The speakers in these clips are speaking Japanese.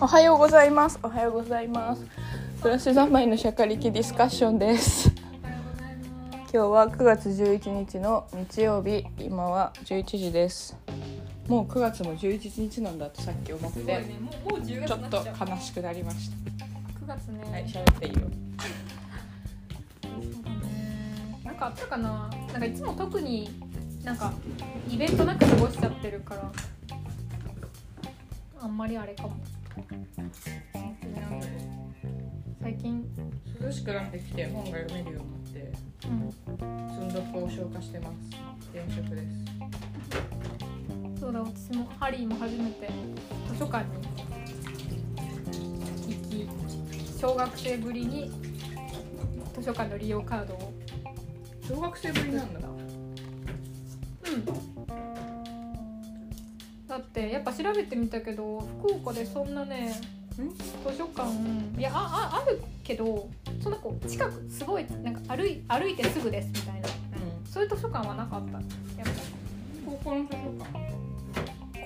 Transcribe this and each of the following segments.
おはようございます。おはようございます。プラス三昧の社会力ディスカッションです。今日は9月11日の日曜日、今は11時です。もう9月も11日なんだってさっき思っすて、ごいね、もうもう10月ちょにっなとっちゃう。悲しくなりまし9月ね。た。はい、喋っていいよ。そうだねなんかあったかな。なんかいつも特になんかイベントなく過ごしちゃってるから、あんまりあれかも。最近、涼しくなってきて本が読めるようになって、う積んどくを消化してます。現職です。ん、そうだ私もハリーも初めて図書館に行き、小学生ぶりに図書館の利用カードを小学生ぶりなんだな。うんだってやっぱ調べてみたけど福岡でそんなね図書館いやあああるけどそんなこう近くすごいなんか歩い歩いてすぐですみたいなそういう図書館はなかったやっぱ高校の図書館。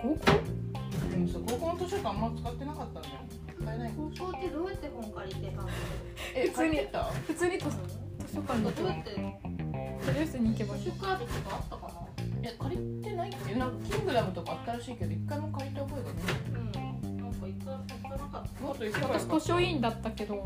高校でもさ高校の図書館あんま使ってなかったんだよねもったいない高校ってどうやって本借りてたの？え普通に買ってた普通に図図書館に行けどうばやって図書室に行けばいい出荷とかあったかな？いや借りてないってなんかキングダムとかあったらしいけど一回も借りた覚えがないうん。なんか一回買ってなかっもっと行けばよ私かっ図書委員だったけど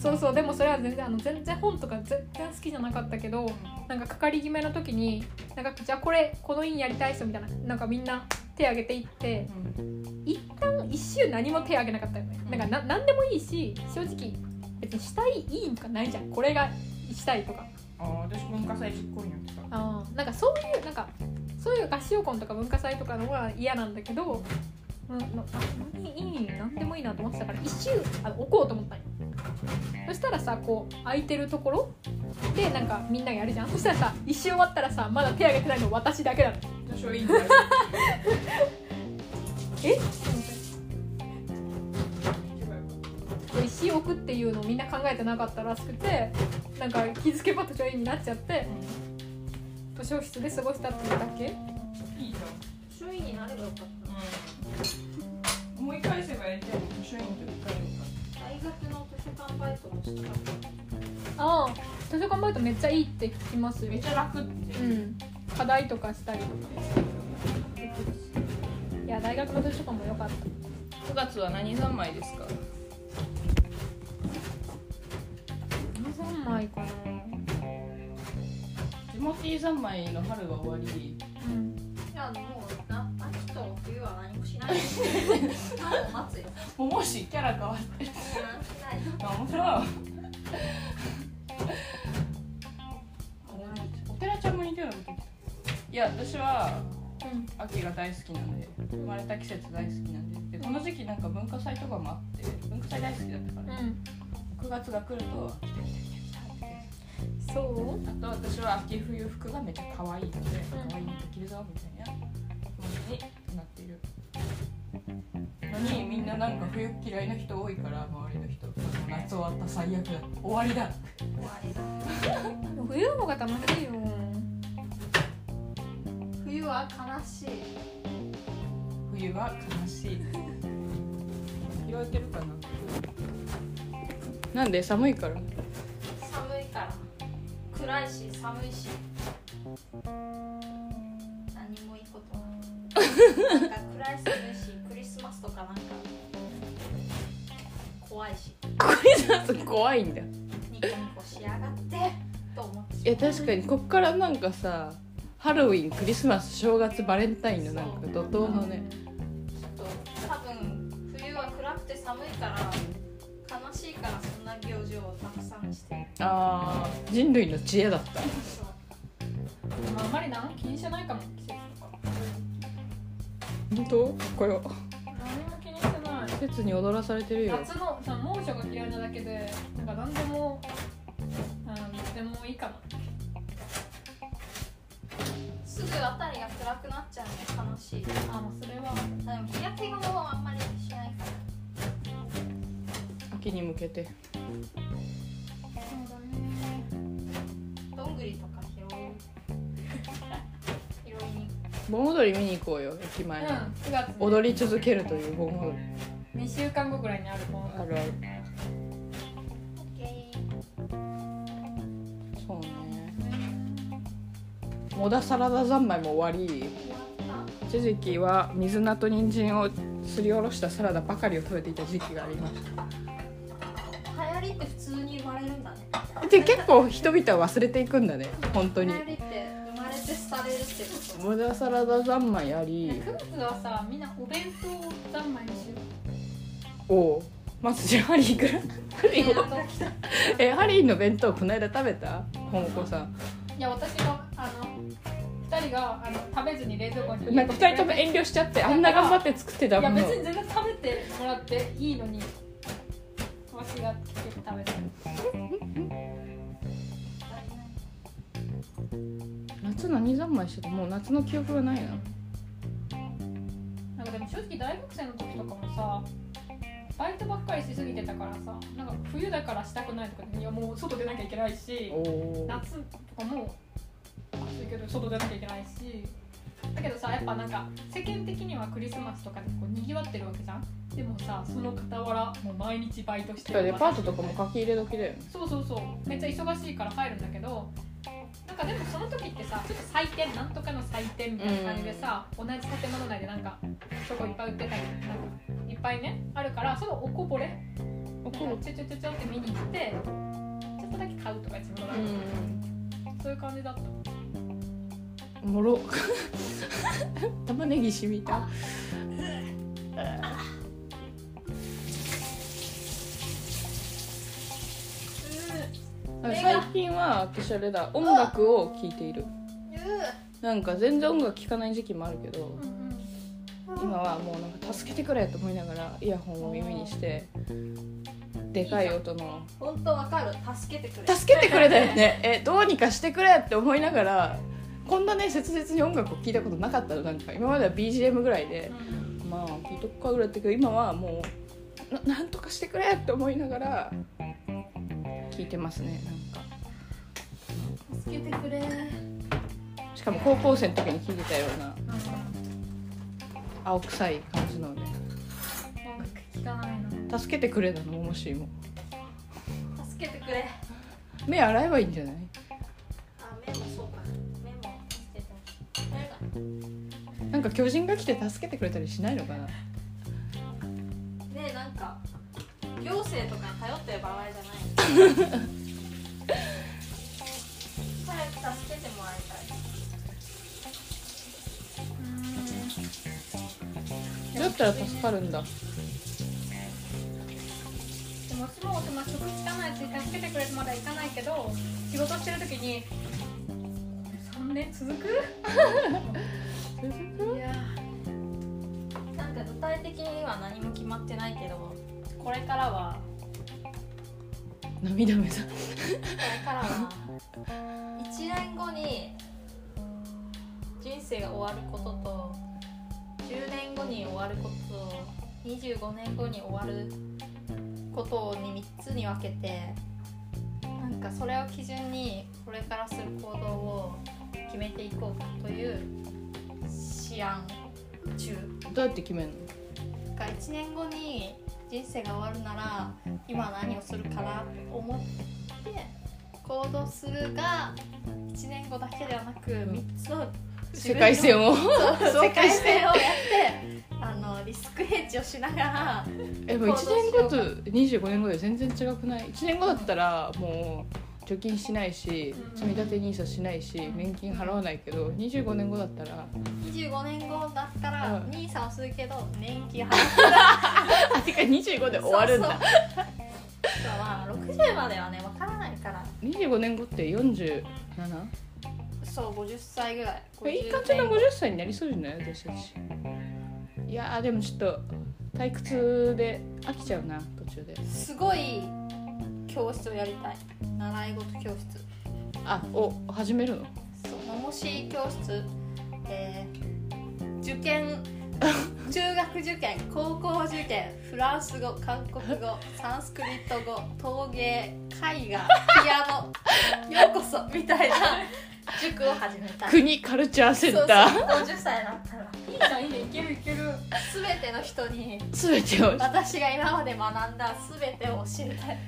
そうそうでもそれは全然あの全然本とか全然好きじゃなかったけどなんか係決めの時になんかじゃあこれこの委員やりたい人みたいななんかみんな手挙げていってたうん一旦一周何も手挙げなかったよね、なんかな何でもいいし正直別にしたい委員とかないじゃんこれがしたいとかああ私文化祭執行員やってたあーなんかそういうなんかそういう合唱コンとか文化祭とかのは嫌なんだけどうんなあ何いい何でもいいなと思ってたから一周あの置こうと思ったんよそしたらさこう空いてるところでなんかみんながやるじゃんそしたらさ一周終わったらさまだ手挙げてないの私だけなの図書委員だよえ一周置くっていうのをみんな考えてなかったらしくてなんか気づけば図書委員になっちゃって図書室で過ごしたっていうだけいいじた。周囲になればよかっゃん思い返せばやりたい図書委員と一回もた。大学の図書館バイトもしたかった。ああ図書館バイトめっちゃいいって聞きますよめっちゃ楽ってうん課題とかしたりとかいや大学の図書館も良かった9月は何三昧ですか23枚かな地元三昧の春は終わりうんじゃあもうな秋と冬は何もしない。 何も待つよ。もうもしキャラ変わっ何もしない。あ、面白いわ。お寺ちゃんも似てるの見てきたいや、私はうん秋が大好きなんで、生まれた季節大好きなんで、でこの時期なんか文化祭とかもあって、文化祭大好きだったかうら、ん9月が来ると、来た来た来た来たって。そあと私は秋冬服がめっちゃ可愛いので、うん可愛いの着るぞみたいな風になっているのにみんななんか冬嫌いな人多いから周りの人夏終わった最悪だ終わりだ終わりだ。 う冬の方が楽しいよ冬は悲しい。冬は悲しい拾えてるかななんで寒いから寒いから。暗いし寒いし。何もいいことない。なんか暗い寒いしクリスマスとかなんか怖いし。怖いんだいニコニコしやがってと思ってしまうや確かにこっからなんかさハロウィンクリスマス正月バレンタインのなんか怒涛のねちょっと多分冬は暗くて寒いから悲しいからそんな行事をたくさんしてあー人類の知恵だったそうでもあんまりな気にしてないかも季節とか本当これ何も気にしてない季節に踊らされてるよ夏のさ猛暑が嫌いなだけでなんか何でもうんでもいいかなすぐあたりが暗くなっちゃうんで悲しいであまあそれはも日焼けがもうあんまりしないから秋に向けてそうだねどんぐりとか拾い拾いに 盆踊り見に行こうよ駅前に、うん9月ね踊り続けるという盆踊りめっ2週間後ぐらいにあるもあのるあるオッケそうねーモダサラダ三昧も終わり終わった一時期は水菜と人参をすりおろしたサラダばかりを食べていた時期がありまし流行りって普通に生まれるんだねたで結構人々は忘れていくんだね本当流に行りって生まれて廃れるってこモダサラダ三昧あり9月はさみんなお弁当三昧にしよおうまずじゃあハリーいくらハとリーをね あとえハリーの弁当この間食べたほもこさんういや私もあの2人があの食べずに冷蔵庫に入れなんかて2人とも遠慮しちゃってあんな頑張って作ってたいもやの別に全然食べてもらっていいのにわしが作って食べた夏何三昧してたもう夏の記憶がないななんかでも正直大学生の時とかもさバイトばっかりしすぎてたからさなんか冬だからしたくないとかいやもう外出なきゃいけないしおお夏とかも暑いけど外出なきゃいけないしだけどさやっぱなんか世間的にはクリスマスとかでこうにぎわってるわけじゃんでもさその傍らもう毎日バイトしてデパートとかも書き入れ時だよねそうそうそうめっちゃ忙しいから入るんだけどなんかでもその時ってさちょっと祭典なんとかの祭典みたいな感じでさ、同じ建物内でなんかそこいっぱい売ってたりなんかいっぱいねあるからそのおこぼれおちょちょちょちょって見に行ってちょっとだけ買うとか自分の、そういう感じだったうんもろ 玉ねぎしみたうん最近は私あれだ音楽を聴いているなんか全然音楽聴かない時期もあるけど今はもうなんか助けてくれと思いながらイヤホンを耳にしてでかい音の本当わかる助けてくれ助けてくれだよねえどうにかしてくれって思いながらこんなね切実に音楽を聴いたことなかったのなんか今までは BGM ぐらいでまあ聴いとくかぐらいだったけど今はもうななんとかしてくれって思いながら聴いてますねなんか助けてくれしかも高校生の時に聴いてたような青臭い感じのね音楽聴かないの「助けてくれ」なのもしいも助けてくれ目洗えばいいんじゃないあ目もそうか目も助けてくれなんか巨人が来て助けてくれたりしないのかなねえなんか行政とかに頼ってる場合じゃ ない早く助けてもらいたいどうやったら助かるんだでも私もその職つかないし助けてくれてまだ行かないけど仕事してる時に3年続くいやなんか具体的には何も決まってないけどこれからは涙目だこれからは1年後に人生が終わることと10年後に終わることと25年後に終わることに3つに分けてなんかそれを基準にこれからする行動を決めていこうという試案中。どうやって決めるのが1年後に人生が終わるなら今何をするかなと思って行動するが1年後だけではなくん3つの世界線をを世界線をやってあのリスクヘッジをしながらえもう1年後と25年後で全然違くない1年後だったらもう貯金しないしうん積み立て NISA しないし年金払わないけど25年後だったら25年後だったらうん兄さんをするけど年金払っあてか25でて終わるんだ まあ60まではねわからないから25年後って 47? そう50歳ぐらいこれいい感じの50歳になりそうじゃない私たちいやーでもちょっと退屈で飽きちゃうな途中ですごい教室をやりたい習い事教室あお始めるのそうもし教室、えー受 験中学受験高校受験フランス語韓国語サンスクリット語陶芸絵画ピアノ ようこそみたいな塾を始めたい国カルチャーセンターそうそう50歳になったらいいいいじゃんいいじゃんいけるいける全ての人に全てを私が今まで学んだ全てを教えたい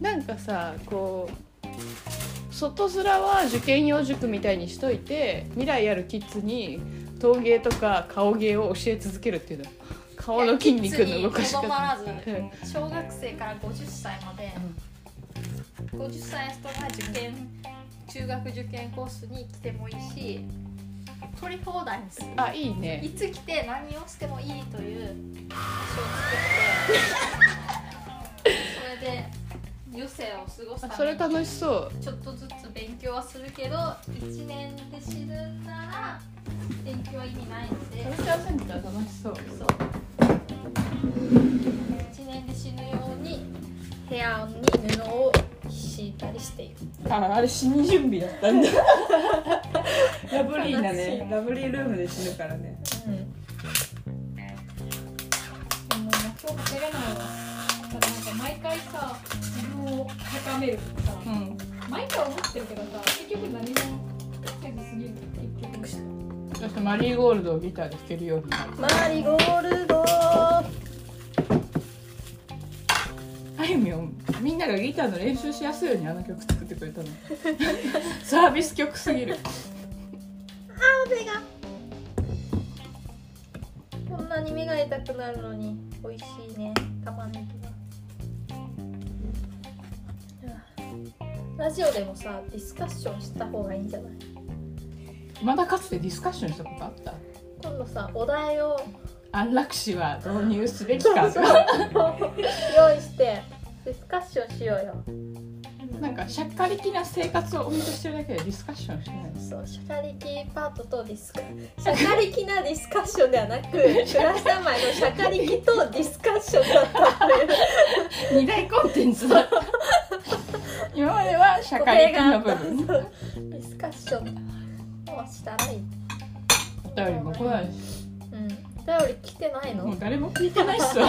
なんかさこう外面は受験用塾みたいにしといて未来あるキッズに陶芸とか顔芸を教え続けるっていうの顔の筋肉の動かしいやキッズにとどま方らずうん小学生から50歳まで、50歳の人が受験中学受験コースに来てもいいし取り放題にするあいいねいつ来て何をしてもいいという書を作ってそれで余生を過ごすためあにそれ楽しそうちょっとずつ勉強はするけど1年で死ぬなら勉強は意味ないのでカルチャーセンター楽しそうそう1年で死ぬように部屋に布を敷いたりしていくああれ死に準備だった んだラブリーだねラブリールームで死ぬからねうんでも目標立てれないわだからなんか毎回さ自分を高めるってさ、うん毎回思ってるけどさ結局何もせずすぎる結局そしてマリーゴールドをギターで弾けるようになるマリゴールドあゆみょんみんながギターの練習しやすいようにあの曲作ってくれたの サービス曲すぎるこんなに目が痛くなるのに美味しいね玉ねぎがラジオでもさディスカッションした方がいいんじゃないまだかつてディスカッションしたことあった今度さお題を安楽死は導入すべきかとか用意してディスカッションしようよなんかしゃっかりきな生活をお見せしてるだけでディスカッションしてないで すそうシャカリキパートとディスカシャカリキなディスカッションではなくプラス3枚のシャカリキとディスカッションだったっていう二大コンテンツだ 今までは社会的な 部分ディスカッションをしたらいいお便りも来ないしうんお便り来てないの、もう誰も聞いてないっすわ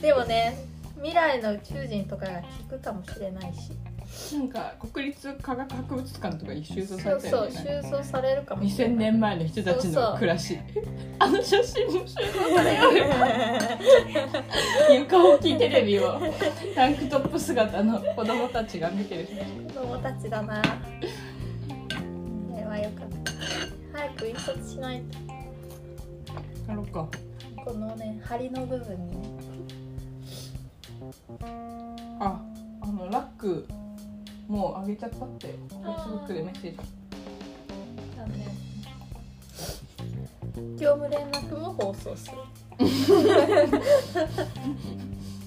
でもね未来の宇宙人とかが聞くかもしれないしなんか国立科学博物館とかに収蔵さそれうたよそうね収蔵されるかもしれ2000ない年前の人たちの暮らしあの写真も収蔵される床置きテレビをタンクトップ姿の子供たちが見てる子供たちだなこれはよかった早く印刷しないとやろうかこのね針の部分にねああのラックもうあげちゃったってフェイスブックでメッセージ残念業務連絡も放送する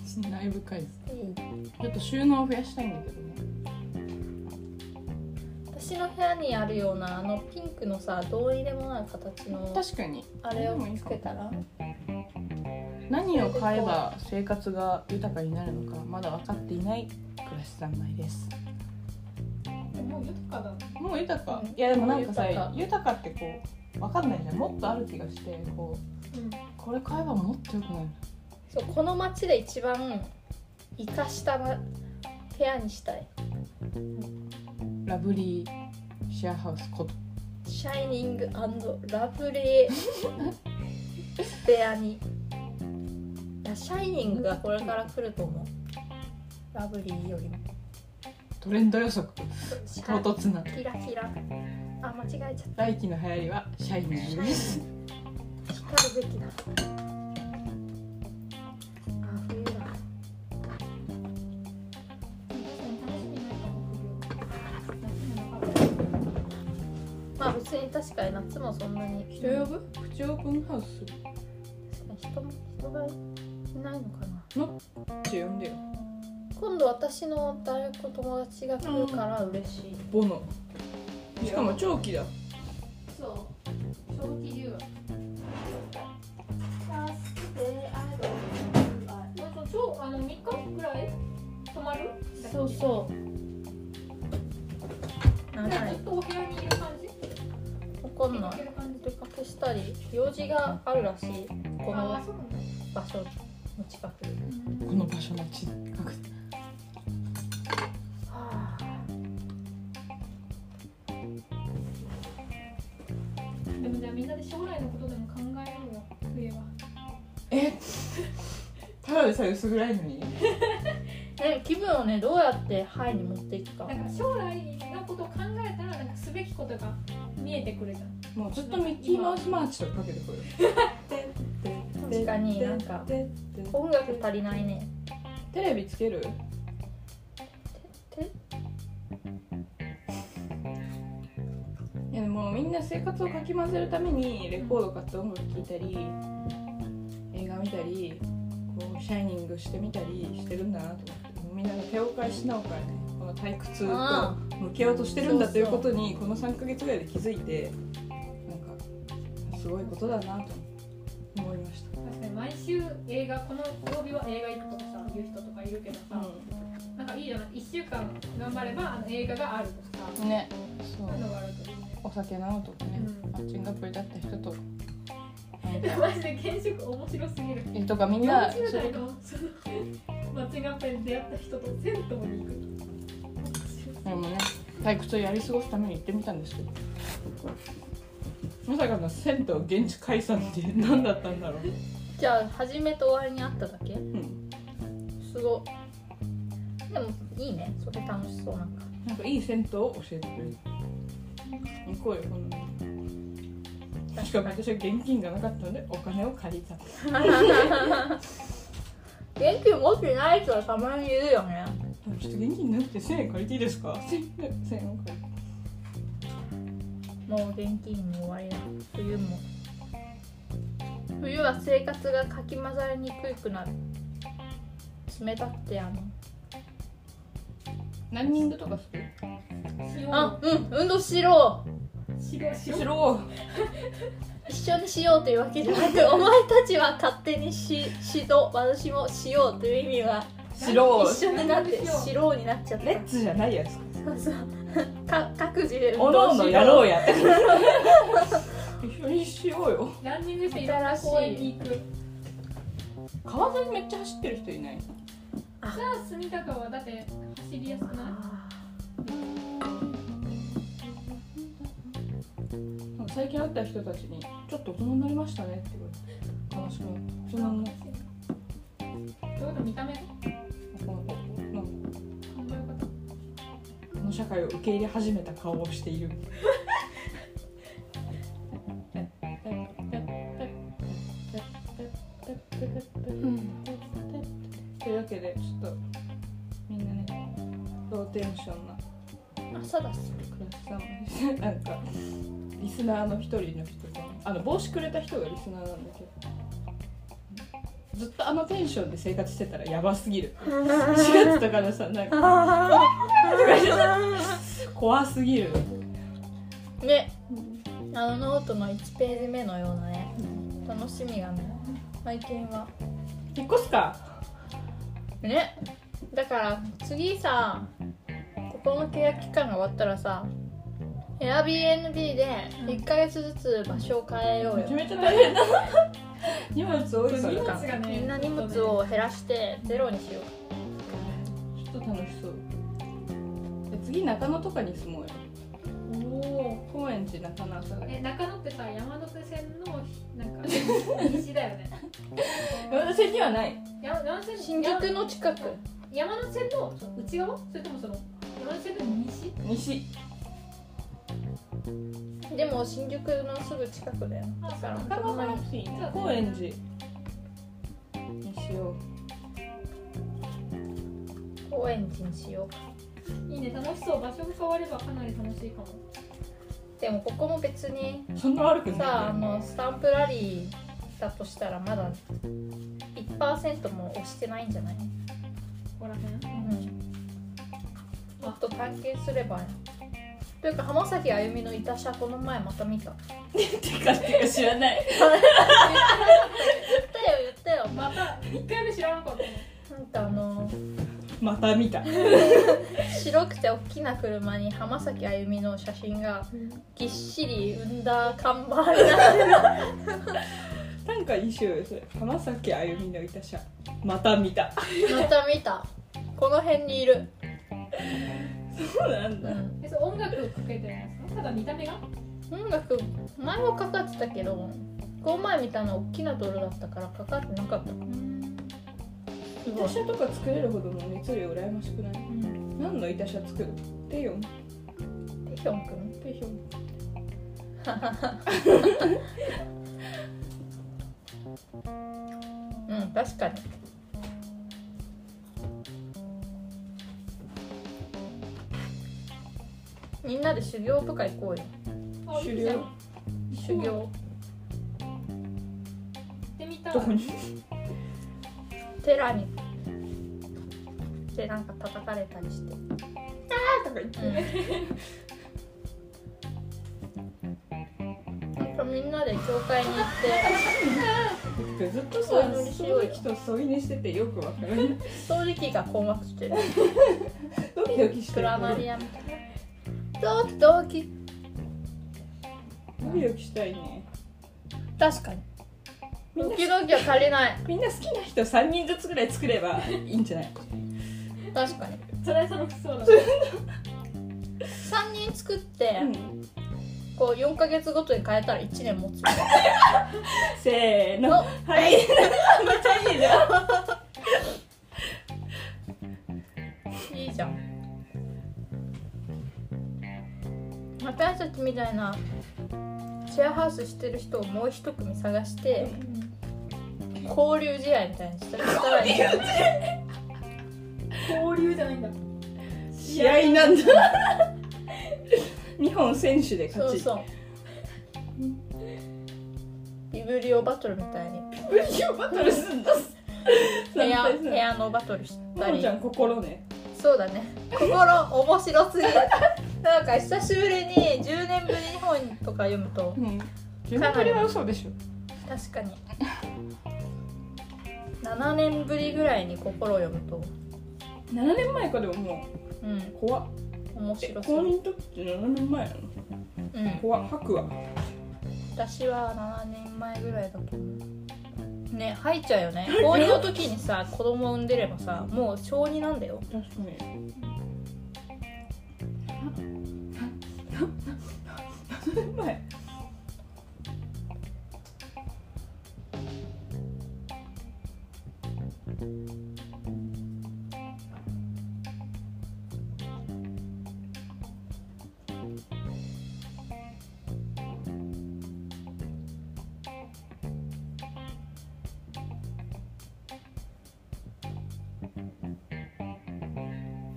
信頼深いですいいちょっと収納を増やしたいんだけどね私の部屋にあるようなあのピンクのさどうにでもない形の確かにあれをつけたら何を買えば生活が豊かになるのかまだ分かっていない暮らし三昧ですでもう豊かだもう豊かうんいやでもなんかさ豊豊かかってこう分かんないじゃんもっとある気がしてこうんうこれ買えばもっとよくなるそうこの町で一番生かしたな部屋にしたいラブリーシェアハウスことシャイニングラブリー部屋にいやシャイニングがこれから来ると思うラブリーよりもトレンド予測シ唐ャ突なキラキラあ間違えちゃっ来期の流行りはシャイニングですた光るべきだあ冬だまあ別に確かに夏もそんなに人人呼ぶプチオープンハウス人も人がいないのかなって呼んでよ今度私の大学の友達が来るから嬉しい、ボノしかも長期だそう長期留学なんか超あの3日ぐらい泊まるそうそうじゃあ長ずいっとお部屋にいる感じ怒んないいる感じ出かけしたり用事があるらしいこあのあそうなんだ場所の近くでこの場所の近くはあでもじゃあみんなで将来のことでも考えようよ冬はえただでさえ薄暗いのにね気分をねどうやってハイに持っていくかなんか将来のことを考えたらなんかすべきことが見えてくるじゃんもうずっとミッキーマウスマーチとかかけてこよう確かになんか音楽足りないねテレビつけるていやでもみんな生活をかき混ぜるためにレコード買って音楽聴いたり映画見たりこうシャイニングしてみたりしてるんだなと思ってみんなが手を変え品を変えねこの退屈あと向き合おうとしてるんだそうそといううことにこの3ヶ月ぐらいで気づいてなんかすごいことだなと思いました。確かに毎週映画この曜日は映画行くとかさ言う人とかいるけどさ、なんかいいじゃない1週間頑張ればあの映画があるとかさねそそういううのがあるといいねお酒飲むとかね、うんマッチングアプリだった人となんで かもマジで現職面白すぎるえとかみんな40代のそのマッチングアプリで出会った人と銭湯に行く面白すぎるでもね退屈をやり過ごすために行ってみたんですけどまさかの銭湯現地解散って何だったんだろう、じゃあ初めと終わりにあっただけうん、すごいでもいいねそれ楽しそうなんかなんかいい銭湯を教えてくれる行こうよ今度しかも私は現金がなかったのでお金を借りた現金持ってない人はたまにいるよねちょっと現金なくて1000円借りていいですか1000円借りてもう現金も終わりだ冬も冬は生活がかき混ざりにくくなる冷たくてあのランニングとかするあうん運動しろ白白しろう一緒にしようというわけじゃなくお前たちは勝手にししと私もしようという意味はしろ一緒になってしろうになっちゃったレッツじゃないやつそうそうか各自で運おの動おしのろやろうや一緒にしようよランニングしていろんな公園に行く川沿いめっちゃ走ってる人いないじゃあ住高はだって走りやすくな最近会った人たちに「ちょっと大人になりましたね」って言われて楽しくなった大人のいどういうこと見た目考男の子なんかえ方この社会を受け入れ始めた顔をしているというわけでちょっとみんなねローテンションな朝だしクラスさん なんかリスナーの一人の人とあの帽子くれた人がリスナーなんだけどずっとあのテンションで生活してたらやばすぎる4月とかのさなんか 怖すぎるねあのノートの1ページ目のようなね楽しみがね最近は引っ越すかねだから次さここの契約期間が終わったらさ Airbnb で1ヶ月ずつ場所を変えようめちゃよ、めちゃ大変だ荷物多いから荷ちょ物がねみんな荷物を減らしてゼロにしよっと楽しそうで次中野とかに住もうよおお高円寺中野朝霞え中野ってさ山手線のなんか西だよね山手線にはない山山手う線新宿の近く山手線のその内側それともその山手線の西西でも新宿のすぐ近くだよあそからう中野からくていいな高円寺にしよう高円寺にしようかいいね楽しそう場所が変わればかなり楽しいかもでもここも別にそんな悪くさあなのスタンプラリーだとしたらまだ1%も押してないんじゃない、ここら辺うん、もっと探検すればというか浜崎あゆみのいたしゃこの前また見たい。てかてか知ら ない。言ったよ言ったよまた一回目知らなかったねなんかあのまた見た。白くて大きな車に浜崎あゆみの写真がぎっしり産んだ看板になってるなんかいいしようよそれ。浜崎あゆみのいたしゃ。また見た。また見たこの辺にいる、そうなんう。ん、えそれ音楽かけてるんですかただ見た目が音楽前はかかってたけどこの前見たのは大きなドルだったからかかってなかったすごい板車とか作れるほどの熱量羨ましくないうん何の板車作るテヨンテヒョン君テヒョ ンうん確かにみんなで修行とか行こうよあいい終じゃん行了っ修行てみたいどこに寺にでなんか叩かれたりして、うとか言ってん、なんかみんなで教会に行ってずっとさそういうのにしよ掃うよ除機と添い寝しててよくわからない掃除機が困惑してる ドキドキしてクるラマリアみたいなドキドキドキドキしたいね確かにみんドなキドキは足りないみんな好きな人3人ずつぐらい作ればいいんじゃない確かにトライさんの服そうだ3人作って、うんこう4か月ごとに変えたら1年持つみたいなせーのおはいめっちゃいいじゃんいいじゃん私たちみたいなシェアハウスしてる人をもう一組探して交流試合みたいにしたらした らいいじゃん交流じゃないんだ試合なんだ日本選手で勝そうちそうビブリオバトルみたいに ブリオバトルすんだペア参加するペアのバトルしたももりちゃん心ねそうだね心面白すぎる なんか久しぶりに10年ぶりに本とか読むとうん自かなり分は嘘でしょ確かに7年ぶりぐらいに心を読むと7年前かでももうんう怖っ面え白公そう、認とって7年前なのうん、怖っ吐くわ私は7年前ぐらいだと思うね入っちゃうよね高2の時にさ子供産んでればさもう小2なんだよ確かに7年前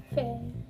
フェ